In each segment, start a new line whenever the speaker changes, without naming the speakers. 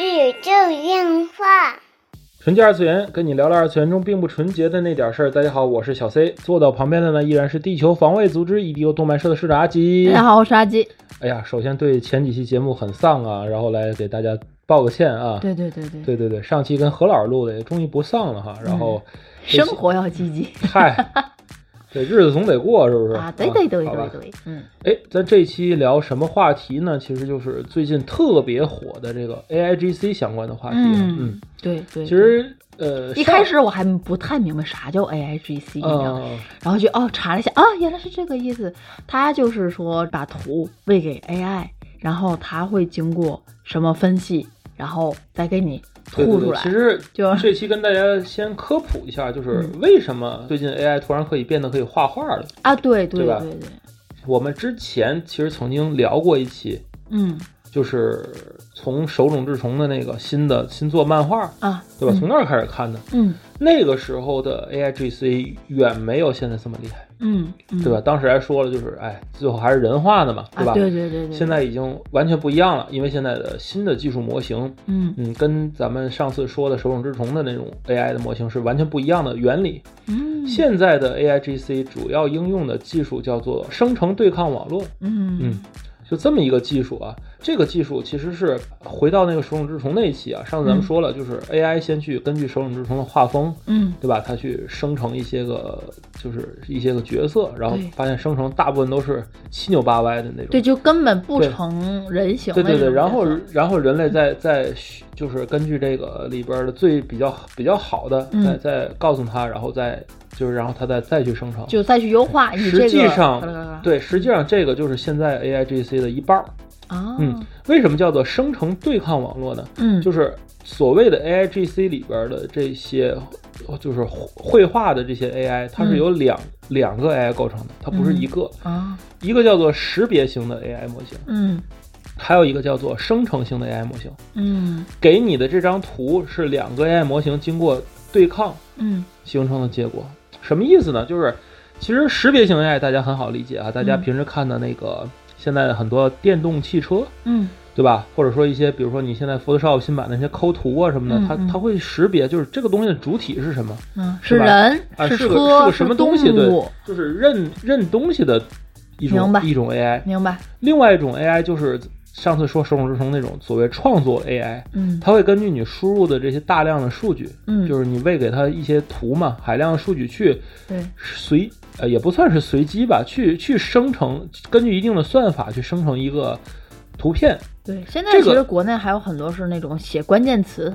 宇宙电话。
纯洁二次元，跟你聊聊二次元中并不纯洁的那点事儿。大家好，我是小 C，坐到旁边的呢依然是地球防卫组织 EDO 动漫社的社长阿吉
大。家好，我是阿基。
哎呀，首先对前几期节目很丧啊，然后来给大家道个歉啊。
对对对对，
对对对上期跟何老师录的也终于不丧了 哈。然后这
生活要积极
嗨，这日子总得过，是不是？
啊！对对对
好吧
对对，嗯，
哎，咱这期聊什么话题呢？其实就是最近特别火的这个 AIGC 相关的话题。
嗯
嗯，
对对。
其实呃，
一开始我还不太明白啥叫 E AIGC，你知道吗？
啊，
然后就哦查了一下啊，原来是这个意思。它就是说把图喂给 AI，然后它会经过什么分析，然后再给你
对对
吐出
对，
来。
其实
就嗯
这期跟大家先科普一下，就是为什么最近 AI 突然可以变得可以画画了。
啊，对对
对吧
对对，
我们之前其实曾经聊过一期，
嗯
就是从手冢治虫的那个新的新作漫画，
啊，
对吧？
嗯
从那儿开始看的，
嗯
那个时候的 AIGC 远没有现在这么厉害。
嗯嗯，
对吧？？当时还说了，就是哎，最后还是人画的嘛，
啊，
吧？
对对对对，
现在已经完全不一样了，因为现在的新的技术模型，
嗯
嗯，跟咱们上次说的手冢治虫的那种 AI 的模型是完全不一样的原理。
嗯
现在的 AIGC 主要应用的技术叫做生成对抗网络，
嗯
嗯，就这么一个技术啊。这个技术其实是回到那个手冢治虫那一期啊，上次咱们
嗯
说了，就是 AI 先去根据手冢治虫的画风，
嗯
对吧？他去生成一些个就是一些个角色，然后
对
发现生成大部分都是七扭八歪的那种。
对，就根本不
对
成人形的
对
那种角
对
色。
对，然后然后人类在在就是根据这个里边的最比较比较好的，
嗯
再再告诉他，然后再就是然后他再再去生成。
就再去优化你这个。
实际上
嘎啦嘎啦，
对，实际上这个就是现在 AIGC 的一半儿。
啊，
嗯，为什么叫做生成对抗网络呢？
嗯，
就是所谓的 AIGC 里边的这些，呃就是绘画的这些 AI，它是
嗯
由两、两个 AI 构成的，它不是一个，
啊，
一个叫做识别型的 AI 模型，
嗯
还有一个叫做生成型的 AI 模型。
嗯
给你的这张图是两个 AI 模型经过对抗
嗯
形成的结果，什么意思呢？就是其实识别型 AI 大家很好理解啊，大家
嗯
平时看的那个、现在很多电动汽车，
嗯
对吧？或者说一些，比如说你现在 Photoshop 新版那些抠图啊什么的，
嗯嗯
它它会识别就是这个东西的主体是什么
嗯，
是
是
吧
人
啊，是个是
车
个什么
动
东西？对
物，，
就是认认东西的一
明
种
白
一种 AI。
明白？
另外一种 AI 就是上次说手冢治虫那种所谓创作 AI，
嗯
它会根据你输入的这些大量的数据，
嗯，
就是你喂给它一些图嘛，海量的数据去
对，
随呃也不算是随机吧，去去生成根据一定的算法去生成一个图片。
对，现在
这
其
个
实国内还有很多是那种写关键词，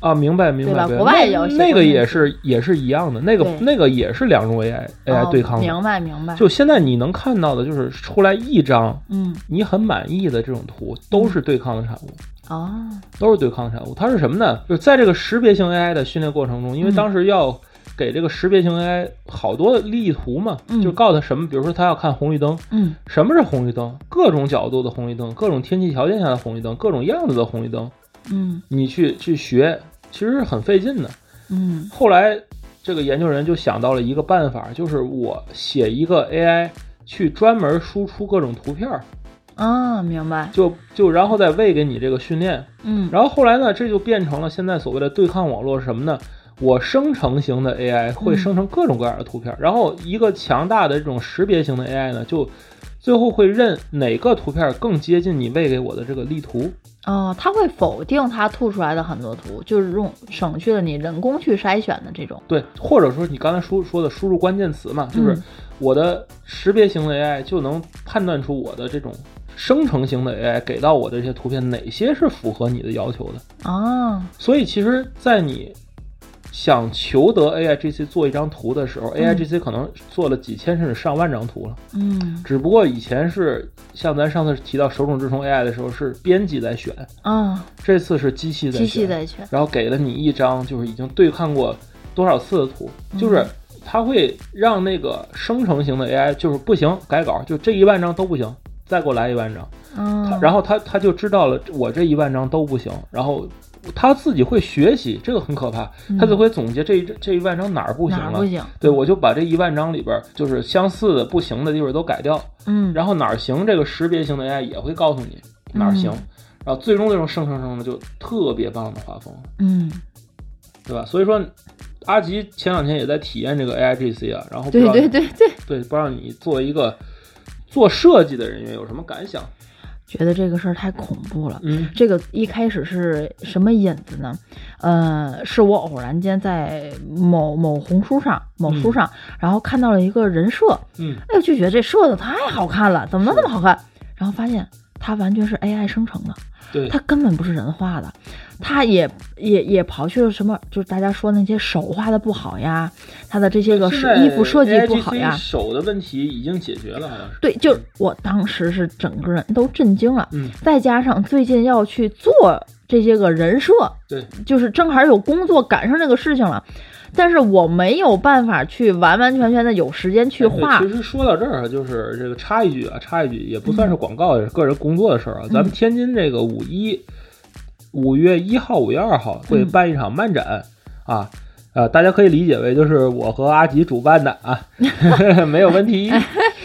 啊，明白明
对
白，
吧
明白
国外
那
也有一些
那个
关键
也
词
是也是一样的，那个
对
那个也是两种 AI
哦
AI 对抗的。
明白明白，
就现在你能看到的，就是出来一张
嗯
你很满意的这种图，都是对抗的产物，
哦，
都是对抗的产物。它是什么呢？就是在这个识别型 AI 的训练过程中，因为
嗯
当时要给这个识别型 AI 好多的例图嘛，
嗯
就告诉它什么，比如说它要看红绿灯，
嗯
什么是红绿灯，各种角度的红绿灯，各种天气条件下的红绿灯，各种样子的红绿灯，
嗯
你去去学，其实是很费劲的。
嗯
后来这个研究人就想到了一个办法，就是我写一个 AI 去专门输出各种图片儿，
啊，明白，
就就然后再喂给你这个训练。
嗯
然后后来呢，这就变成了现在所谓的对抗网络是什么呢？我生成型的 AI 会生成各种各样的图片儿，然后一个强大的这种识别型的 AI 呢，就最后会认哪个图片儿更接近你喂给我的这个例图。
哦，它会否定它吐出来的很多图，就是用省去了你人工去筛选的这种，
对，或者说你刚才说说的输入关键词嘛，就是
嗯
我的识别型的 AI 就能判断出我的这种生成型的 AI 给到我的这些图片哪些是符合你的要求的。
啊，
所以其实，在你想求得 AIGC 做一张图的时候、a i g c 可能做了几千甚至上万张图了。
嗯
只不过以前是像咱上次提到手冢治虫 AI 的时候是编辑在选，
啊，
这次是机器在
机
选。
器在选，
然后给了你一张就是已经对抗过多少次的图，就是
嗯
它会让那个生成型的 AI 就是不行改稿，就这一万张都不行，再给我来一万张，它
嗯，
然后它它就知道了我这一万张都不行，然后它自己会学习，这个很可怕，它就会总结这一这一万张哪儿不行
嗯哪儿
了
不。行，
对，我就把这一万张里边儿就是相似的不行的地方都改掉，
嗯，
然后哪儿行，这个识别型的 AI 也会告诉你哪儿行。
嗯
然后最终这种生成生的就特别棒的画风，
嗯，
对吧？所以说，阿吉前两天也在体验这个 AIGC 啊，然后不知
对
道
对对对，
对，不知道你作为一个做设计的人员有什么感想？
觉得这个事儿太恐怖了。
嗯
这个一开始是什么引子呢？呃，是我偶然间在某某红书上、某书上，然后看到了一个人设，
嗯，
哎呦，就觉得这设的太好看了，怎么能那么好看？然后发现它完全是 AI 生成的，
对
它，根本不是人画的，它也也也刨去了什么，就是大家说那些手画的不好呀，它的这些个
现
是
在
衣服设计不好呀
AIGC，手的问题已经解决了，好像是。
对，就是我当时是整个人都震惊了，
嗯，
再加上最近要去做这些个人设，
对，
就是正好有工作赶上这个事情了，但是我没有办法去完完全全的有时间去
哎对
画，
其实说到这儿啊，就是这个插一句啊，插一句也不算
嗯
是广告，也是个人工作的事儿啊。咱们天津这个五一，五月一号、五月二号会
嗯
办一场漫展、啊。呃，大家可以理解为就是我和阿吉主办的 啊，没有问题，嗯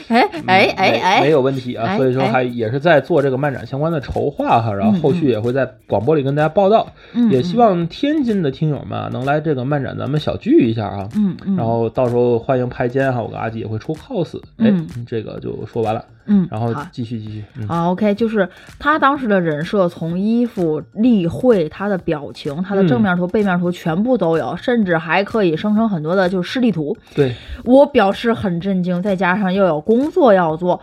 哎哎哎
没
哎，
没有问题啊，
哎
所以说还也是在做这个漫展相关的筹划哈，然后后续也会在广播里跟大家报道，
嗯
也希望天津的听友们啊能来这个漫展咱们小聚一下啊，
嗯嗯，
然后到时候欢迎拍肩哈，我跟阿吉也会出 cos，哎
嗯，
这个就说完了，
嗯，
然后
好
继续继续，嗯，
啊，OK，就是他当时的人设，从衣服、例会、他的表情、他
嗯
的正面图、背面图全部都有，甚至还可以生成很多的就是示例图。
对，
我表示很震惊，再加上又有工作要做，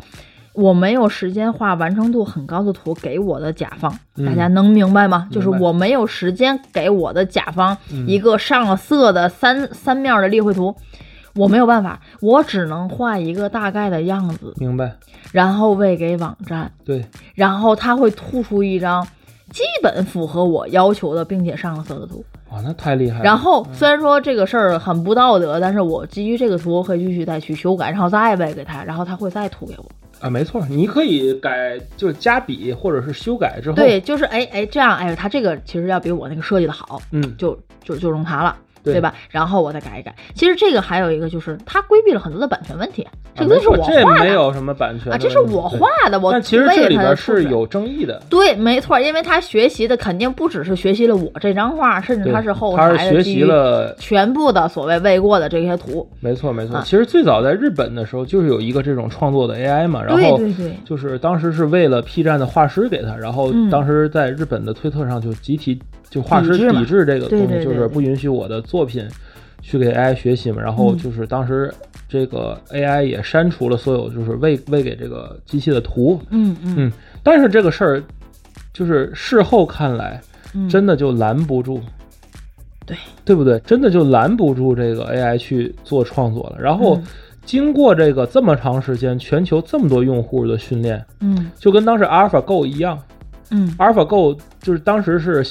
我没有时间画完成度很高的图给我的甲方，
嗯
大家能明白吗？就是
明白
我没有时间给我的甲方
嗯
一个上了色的三三面的例会图，我没有办法，我只能画一个大概的样子，
明白，
然后喂给网站。
对，
然后他会吐出一张基本符合我要求的，并且上了色的图。
哇，那太厉害了，
然后虽然说这个事儿很不道德，但是我基于这个图会继续再去修改，然后再喂给他，然后他会再吐给我。
啊，没错，你可以改，就是加笔或者是修改之后，
对，就是哎哎这样，哎他这个其实要比我那个设计的好，
嗯，
就就就用它了。
对
对？吧？然后我再改一改。其实这个还有一个就是，它规避了很多的版权问题。
啊
这
没
个都是
错
我
这
画
没
的
有什么版权
啊，
的
这是
问题
我
对
画的。我
但其实
喂
这里
它
边
的
是
出水
有争议的，
对，没错，因为他学习的肯定不只是学习了我这张画，甚至
对
他嗯是后
他
台
是学
的基
习
于
了，
全部的所谓未过的这些图。
没错没错。
啊
其实最早在日本的时候，就是有一个这种创作的 AI 嘛，然
对
后
对对，
就是当时是为了 P 站的画师给他，然后
嗯
当时在日本的推特上就集体就画师
抵制嘛
抵制这个东
对
西，
对对
就是不允许我的作品去给 AI 学习嘛。然
嗯
后就是当时这个 AI 也删除了所有就是喂喂给这个机器的图，
嗯嗯
但是这个事儿就是事后看来，
嗯，
真的就拦不住，
对
对不对？真的就拦不住这个 AI 去做创作了。然后
嗯
经过这个这么长时间，全球这么多用户的训练，
嗯
就跟当时 AlphaGo 一样
嗯
，AlphaGo 就是当时是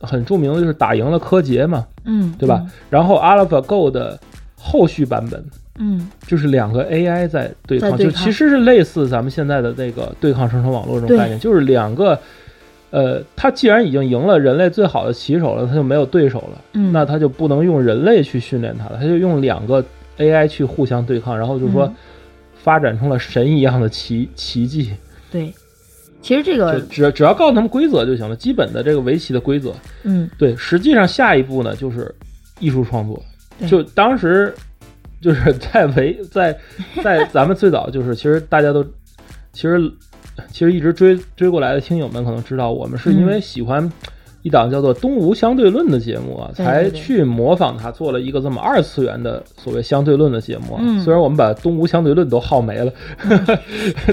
很著名的，就是打赢了柯洁嘛，
嗯，
对吧？？然后 AlphaGo 的后续版本。
嗯
就是两个 AI 在对抗，
在对
就
抗
其实是类似咱们现在的那个对抗生成网络这种
对
概念，就是两个，呃，它既然已经赢了人类最好的棋手了，它就没有对手了，
嗯，
那它就不能用人类去训练它了，它就用两个 AI 去互相对抗，然后就说
嗯
发展成了神一样的奇奇迹，
对，其实这
就
个
只只要告诉他们规则就行了，基本的这个围棋的规则。
嗯
对，实际上下一步呢就是艺术创作。
对
就当时就是 在围在在咱们最早就是其实大家都其实其实一直追追过来的听友们可能知道，我们是
嗯
因为喜欢一档叫做《东吴相对论》的节目啊，
对
才
对对
去模仿它做了一个这么二次元的所谓相对论的节目啊。
嗯
虽然我们把《东吴相对论》都耗没了，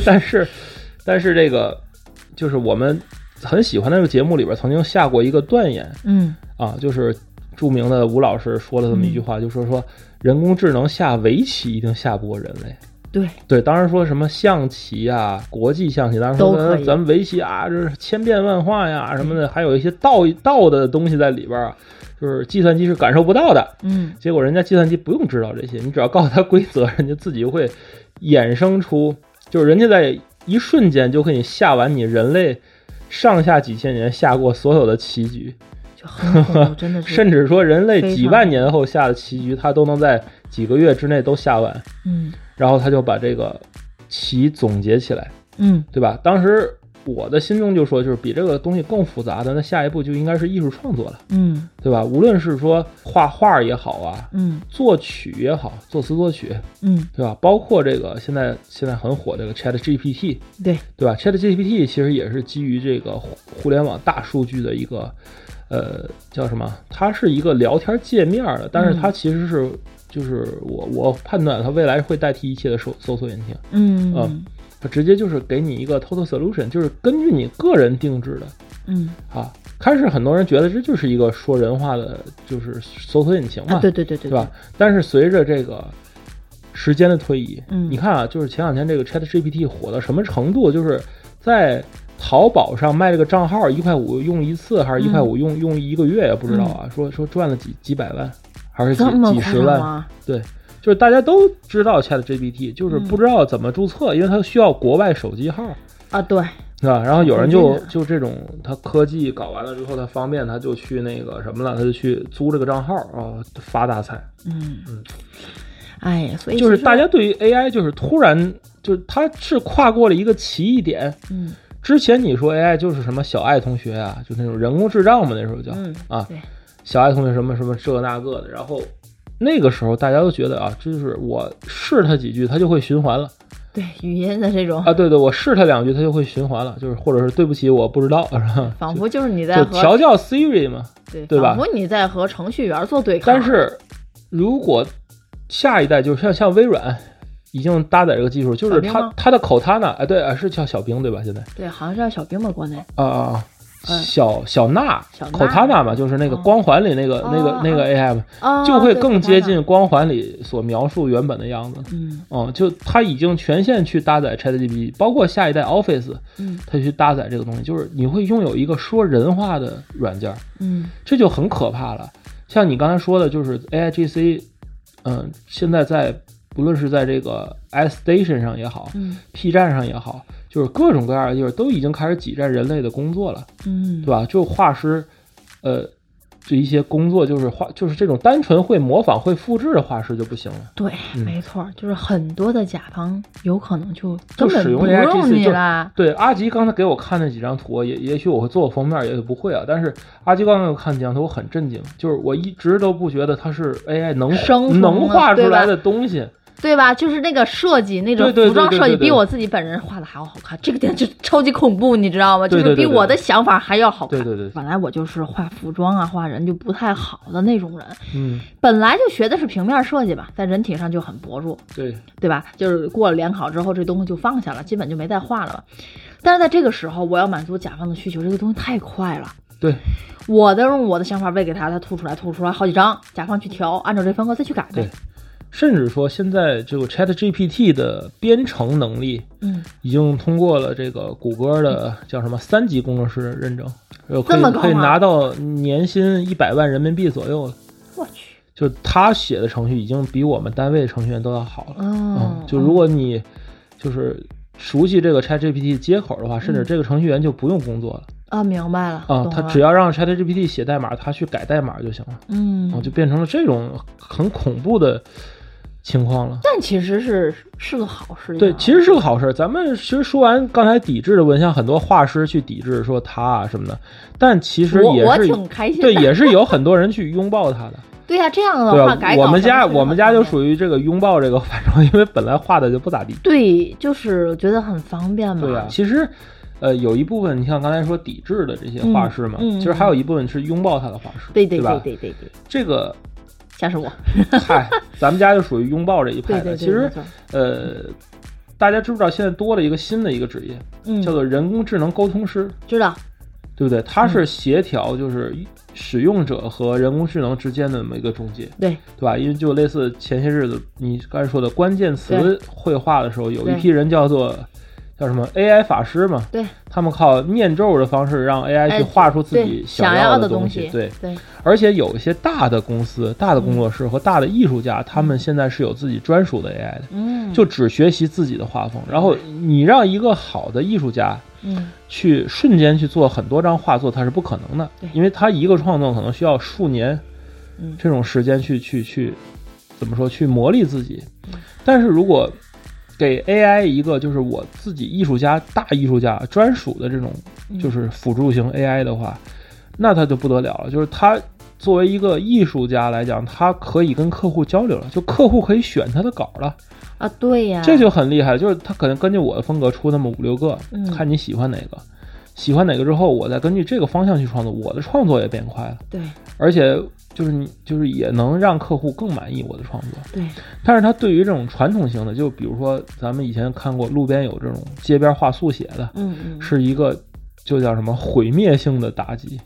但是但是这个就是我们很喜欢那个节目里边曾经下过一个断言，
嗯
啊，就是著名的吴老师说了这么一句话，就说说人工智能下围棋一定下不过人类。
对
对，当然说什么象棋啊，国际象棋，当然说
都可以
咱们围棋啊，这是千变万化呀什么的，还有一些道道的东西在里边啊，就是计算机是感受不到的。
嗯
结果人家计算机不用知道这些，你只要告诉他规则，人家自己会衍生出，就是人家在一瞬间就给你下完你人类上下几千年下过所有的棋局。
就很恐怖，真的是
甚至说人类
非
几
常
万年后下的棋局，他都能在几个月之内都下完，
嗯
然后他就把这个棋总结起来，
嗯
对吧？当时我的心中就说，就是比这个东西更复杂的，那下一步就应该是艺术创作了，
嗯
对吧？无论是说画画也好啊，
嗯
作曲也好，作词作曲，
嗯，
对吧？包括这个现在现在很火这个 Chat GPT，
对，
对吧？Chat GPT 其实也是基于这个互互联网大数据的一个，呃，叫什么？它是一个聊天界面儿的，但是它其实是、就是我我判断它未来会代替一切的搜搜索引擎，
嗯
嗯它直接就是给你一个 total solution，就是根据你个人定制的
嗯
啊。开始很多人觉得这就是一个说人话的，就是搜索引擎嘛，
啊，对对对对
对吧？？但是随着这个时间的推移，
嗯
你看啊，就是前两天这个 Chat GPT 火到什么程度？就是在淘宝上卖这个账号一块五用一次，还是一
嗯
块五用、用一个月也不知道啊。说说赚了几几百万，还是几
这么
几
夸
十
张
万？
吗？
对，就是大家都知道 Chat GPT，就是
嗯
不知道怎么注册，因为它需要国外手机号。
啊，对，
是吧？然后有人
很
就
哦近的啊
就这种，他科技搞完了之后，他方便，他就去那个什么了，他就去租这个账号啊，发大财。
嗯
嗯，
哎呀，所以
就是
其实
大家对于 AI 就是突然就是它是跨过了一个奇异点。
嗯
之前你说 AI 就是什么小爱同学啊，就那种人工智障嘛，那时候叫、
嗯
啊
对，
小爱同学什么什么这那个的。然后那个时候大家都觉得啊，就是我试他几句，他就会循环了
对语音的这种
啊。，对对，我试他两句，他就会循环了，就是或者是对不起，我不知道，是吧？
仿佛就是你在
就
和
调教 Siri 嘛。
对
对吧
仿佛你在和程序员做对抗。
但是如果下一代，就像像微软。已经搭载这个技术，就是
小冰
它
吗
它的口它呢，哎，对，啊是叫小冰对吧？现在
对，好像是叫小兵吧，国内
啊啊，啊
嗯
小小娜
小娜
口塔娜嘛，就是那个
哦
光环里那个、那
哦
个那
哦
个 AI 嘛，
啊，
就会
对
更
普
接
通
近
的
光环里所描述原本的样子。
嗯
哦、就它已经全线去搭载 ChatGPT，包括下一代 Office，
嗯
它去搭载这个东西，就是你会拥有一个说人话的软件儿，
嗯
这就很可怕了。像你刚才说的，就是 AIGC，嗯、现在在不论是在这个 S Station 上也好
嗯
，P 站上也好，就是各种各样的地儿都已经开始挤占人类的工作了。
嗯，
对吧？就画师，呃，这一些工作就是画，就是这种单纯会模仿、会复制的画师就不行了。
对，
嗯
没错，就是很多的甲方有可能就
就
根本
使用
不
AIGC
用你
就
啦。
对，阿吉刚才给我看那几张图，也也许我会做封面，也许不会啊。但是阿吉刚才给我看几张图，我很震惊，就是我一直都不觉得它是 AI 能
生成的
能画出来
对
的东西。
对吧？就是那个设计，那种
对对对
服装
对
设计
对对
比我自己本人画的还要好看，这个点就超级恐怖，你知道吗？就
对
是
对
比
对对
我的想法还要好看。
对对对对
本来我就是画服装啊、画人就不太好的那种人，
嗯，
本来就学的是平面设计吧，在人体上就很薄弱，
对，
对吧？就是过了联考之后，这东西就放下了，基本就没再画了。但是在这个时候，我要满足甲方的需求，这个东西太快了。
对，
我的用我的想法喂给他，他吐出来，吐出来好几张，甲方去调，按照这风格再去改呗
对。甚至说现在这个 Chat GPT 的编程能力
嗯，
已经通过了这个谷歌的叫什么三级工程师认证，呃，可
这么
以
高
可以
吗
拿到年薪一百万人民币左右了。
我去，
就他写的程序已经比我们单位程序员都要好了。
嗯
嗯，，就如果你就是熟悉这个 ChatGPT 接口的话，甚至这个程序员就不用工作了
啊，明白了，
啊、
嗯懂
他
了
只要让 ChatGPT 写代码，他去改代码就行了。
嗯
啊，，就变成了这种很恐怖的情况了。
但其实是是个好事情啊。
对，其实是个好事儿。咱们其实说完刚才抵制的文，像很多画师去抵制说他啊什么的，但其实
我
也
我
是
挺开心的。
对，也是有很多人去拥抱他 的。
对呀，这样的
对
话
吧
改？稿
我们家
咱是
我们家就
很方便
属于这个拥抱这个 范畴，因为本来画的就不咋地。
对，就是觉得很方便嘛。
对啊，其实，呃，有一部分你像刚才说抵制的这些画师嘛，
嗯嗯
其实还有一部分是拥抱他的画师，
对
对
对对
吧？
对对对，
这个，
像是我，
嗨，咱们家就属于拥抱这一派
对
的。
对对，
其实
没，错
呃，大家知不知道现在多了一个新的一个职业，
嗯
叫，做人工智能沟通师，
知道，
对不对？它
嗯
是协调就是使用者和人工智能之间的那么一个中介。
对，
对吧？因为就类似前些日子你刚才说的关键
对
词绘画的时候，有一
对
批人叫做叫什么 AI 法师嘛，
对，
他们靠念咒的方式让 AI
哎
去画出自
对
己
想
要
的
东
西，
对，
对，
而且有一些大的公司、大的工作室和大的艺术家，他们现在是有自己专属的 AI 的，
嗯，
就只学习自己的画风。然后你让一个好的艺术家
嗯，
去瞬间去做很多张画作，它是不可能的
对，
因为他一个创作可能需要数年
嗯嗯
这种时间去去去怎么说去磨砺自己。但是如果给给 AI 一个就是我自己艺术家大艺术家专属的这种
嗯
就是辅助型 AI 的话，那它就不得了了。就是它作为一个艺术家来讲，它可以跟客户交流了，就客户可以选他的稿了，
啊，对呀，
这就很厉害。就是它可能根据我的风格出那么五六个
嗯，
看你喜欢哪个，喜欢哪个之后，我再根据这个方向去创作，我的创作也变快了，
对
而且就是你就是也能让客户更满意我的创作。
对，
但是它对于这种传统型的，就比如说咱们以前看过路边有这种街边画速写的，
嗯嗯，
是一个就叫什么毁灭性的打击，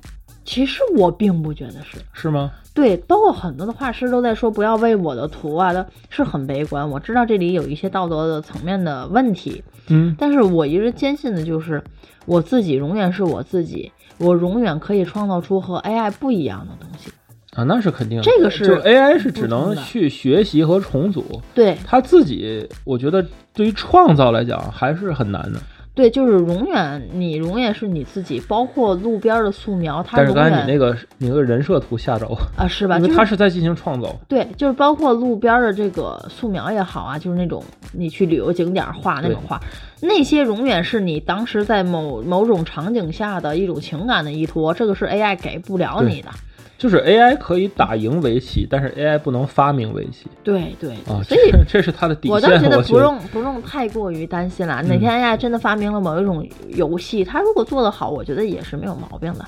其实我并不觉得是
是吗？
对，包括很多的画师都在说不要为我的图啊，的是很悲观。我知道这里有一些道德的层面的问题，
嗯，
但是我一直坚信的就是我自己永远是我自己，我永远可以创造出和 AI 不一样的东西。
啊，那是肯定的。
这个是
就 AI 是
不
只
同
能
的
去学习和重组，
对
它自己我觉得对于创造来讲还是很难的。
对，就是永远你永远是你自己，包括路边的素描，它
但是
永
刚
远
才你那个你那个人设图吓着我，
啊是吧？
因
就
为
是
它是在进行创造。
对，就是包括路边儿的这个素描也好啊，就是那种你去旅游景点儿画那种
对
画，那些永远是你当时在某某种场景下的一种情感的依托，这个是 AI 给不了
对
你的。
就是 AI 可以打赢围棋，但是 AI 不能发明围棋
对对
啊，
所以
这这是它的底线。
我
我
倒觉得不
觉嗯
用不用太过于担心啦。哪天 AI 真的发明了某一种游戏，它如果做得好，我觉得也是没有毛病的。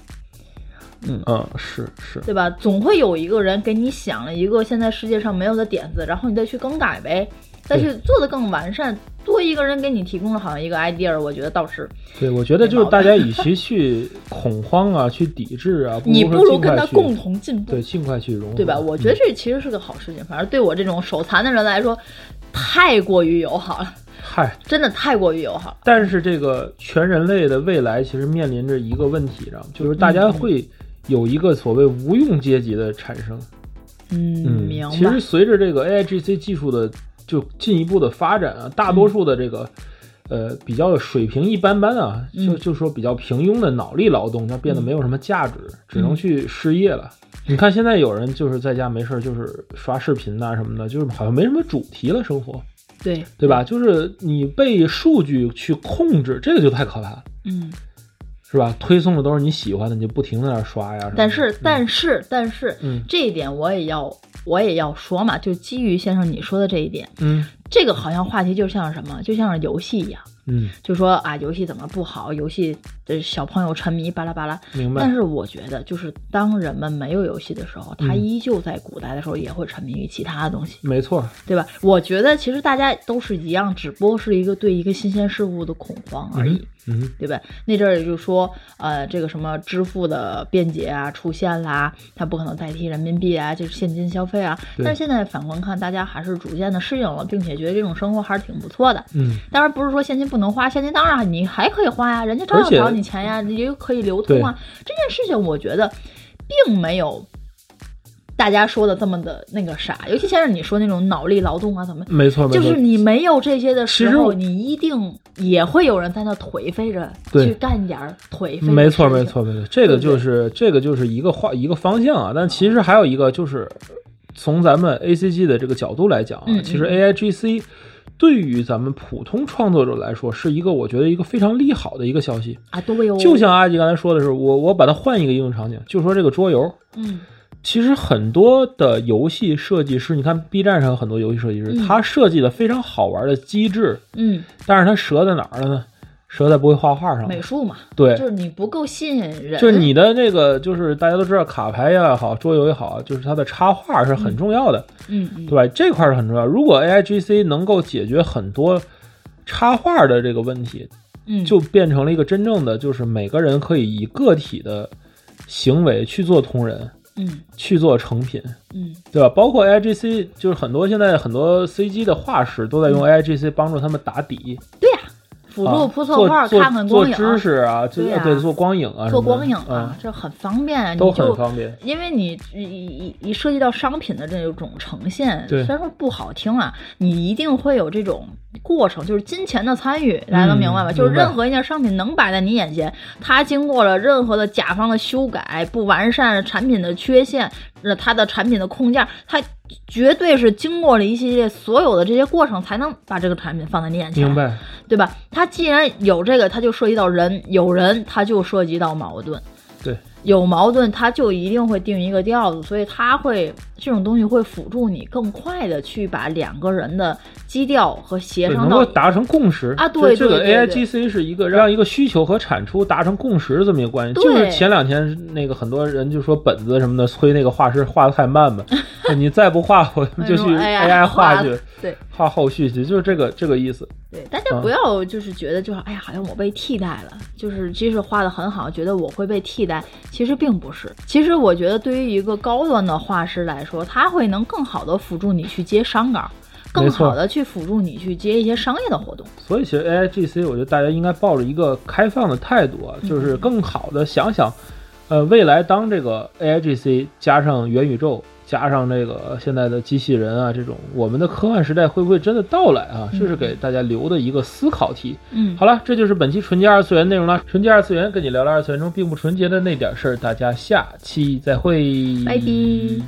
嗯，是是，
对吧？总会有一个人给你想了一个现在世界上没有的点子，然后你再去更改呗，再去做得更完善。多一个人给你提供了好像一个 idea，我觉得倒是
对，我觉得就
没
是
毛病
大家与其去恐慌啊，去抵制啊，
你不
不
如
说尽
跟
快
他
去
共同进步
对，尽快去融合，
对吧？我觉得
嗯
这其实是个好事情，反正对我这种手残的人来说，太过于友好了，
嗯嗨，
真的太过于友好了。
但是这个全人类的未来其实面临着一个问题上，就是大
嗯
家会有一个所谓无用阶级的产生。
嗯，明
其
白
实。随着这个 AIGC 技术的就进一步的发展
嗯
啊，大多数的这个。呃，比较水平一般般啊，
嗯
就就说比较平庸的脑力劳动，它变得没有什么价值，只
嗯
能去失业了。你看现在有人就是在家没事儿就是刷视频呐、什么的，就是好像没什么主题了，生活，
对，
对吧？就是你被数据去控制，这个就太可怕了。
嗯。
是吧？推送的都是你喜欢的，你就不停在那儿刷呀什么的。
但是
嗯，
但是，但是，
嗯
这一点我也要，我也要说嘛，就基于先生你说的这一点，
嗯
这个好像话题就像什么，就像是游戏一样，
嗯，
就说啊，游戏怎么不好，游戏的小朋友沉迷巴拉巴拉。
明
但
白。
是我觉得，就是当人们没有游戏的时候，他
嗯
依旧在古代的时候也会沉迷于其他的东西，
没错，
对吧？我觉得其实大家都是一样，只不过是一个对一个新鲜事物的恐慌而已。
嗯哼，
对吧？那阵儿也就说，呃，这个什么支付的便捷啊出现啦，它不可能代替人民币啊，就是现金消费啊。
对
但是现在反观看，大家还是逐渐的适应了，并且觉得这种生活还是挺不错的。
嗯嗯，
当然不是说现金不能花，现金当然你还可以花呀，人家照
而
样
且
找你钱呀，你就可以流通啊。这件事情我觉得并没有大家说的这么的那个啥，尤其先是你说那种脑力劳动啊，怎么
没错没
就
错。
是你没有这些的时候，
嗯其实
你一定也会有人在那颓废着
对
去干点儿颓废。
没错，没。错，没错，这
对
个
不对
就是这个就是一个话一个方向啊，但其实还有一个就是，从咱们 A C G 的这个角度来讲啊，
嗯嗯
其实 A I G C 对于咱们普通创作者来说，是一个我觉得一个非常利好的一个消息。
啊，对哦，
就像阿吉刚才说的是，我我把它换一个应用场景，就说这个桌游，
嗯，
其实很多的游戏设计师，你看 B 站上有很多游戏设计师，
嗯
他设计的非常好玩的机制，
嗯，
但是他折在哪儿了呢？折在不会画画上了。
美术嘛，
嗯对
就，是你不够吸引人，
就是你的那个，就是大家都知道卡牌也好，桌游也好，就是它的插画是很重要的，
嗯嗯
对吧？这块儿是很重要。如果 AIGC 能够解决很多插画的这个问题，
嗯，
就变成了一个真正的，就是每个人可以以个体的行为去做同人，
嗯
去做成品。
嗯
对吧？包括 AIGC，就是很多现在很多 CG 的画师都在用 AIGC 帮助他们打底，
辅
啊
助嗯铺凑画，
做
看看
做
光影，
做知识啊，就
对啊
对做光影啊，
做光影
什么的
啊
啊，，
这很方便啊，
都
你
很
就。
方便。
因为你一一一涉及到商品的这种呈现，虽
对
然说不好听啊，你一定会有这种过程，就是金钱的参与，大家能明白吧？
嗯
就是
明白
任何一件商品能摆在你眼前，它经过了任何的甲方的修改、不完善、产品的缺陷、呃它的产品的控件，它绝对是经过了一系列所有的这些过程，才能把这个产品放在你眼前，
明白？
对吧？它既然有这个，它就涉及到人，有人它就涉及到矛盾，
对，
有矛盾它就一定会定一个调子，所以它会这种东西会辅助你更快的去把两个人的基调和协
对，
商
能
到
够达成共识
啊
就
对
这个
对对
AI
对
GC 是一个让一个需求和产出达成共识这么一个关系。就
对
是前两天那个很多人就说本子什么的催那个画师画的太慢 嘛，哎你再不画我
那
就去
种 AI
画去
了对。
画后续去，就是这个这个意思。
对，大家不要就是觉得就是、哎呀，好像我被替代了，就是即使画的很好，觉得我会被替代，其实并不是。其实我觉得对于一个高端的画师来说，他会能更好的辅助你去接商稿，更
没错
好的去辅助你去接一些商业的活动。
所以其实 AI GC 我觉得大家应该抱着一个开放的态度啊，
嗯
就是更好的想想，呃，未来当这个 AI GC 加上元宇宙。加上这个现在的机器人啊，这种我们的科幻时代会不会真的到来啊？这是给大家留的一个思考题。
嗯，
好了，这就是本期纯洁二次元内容了。纯洁二次元跟你聊聊二次元中并不纯洁的那点事儿，大家下期再会，
拜拜。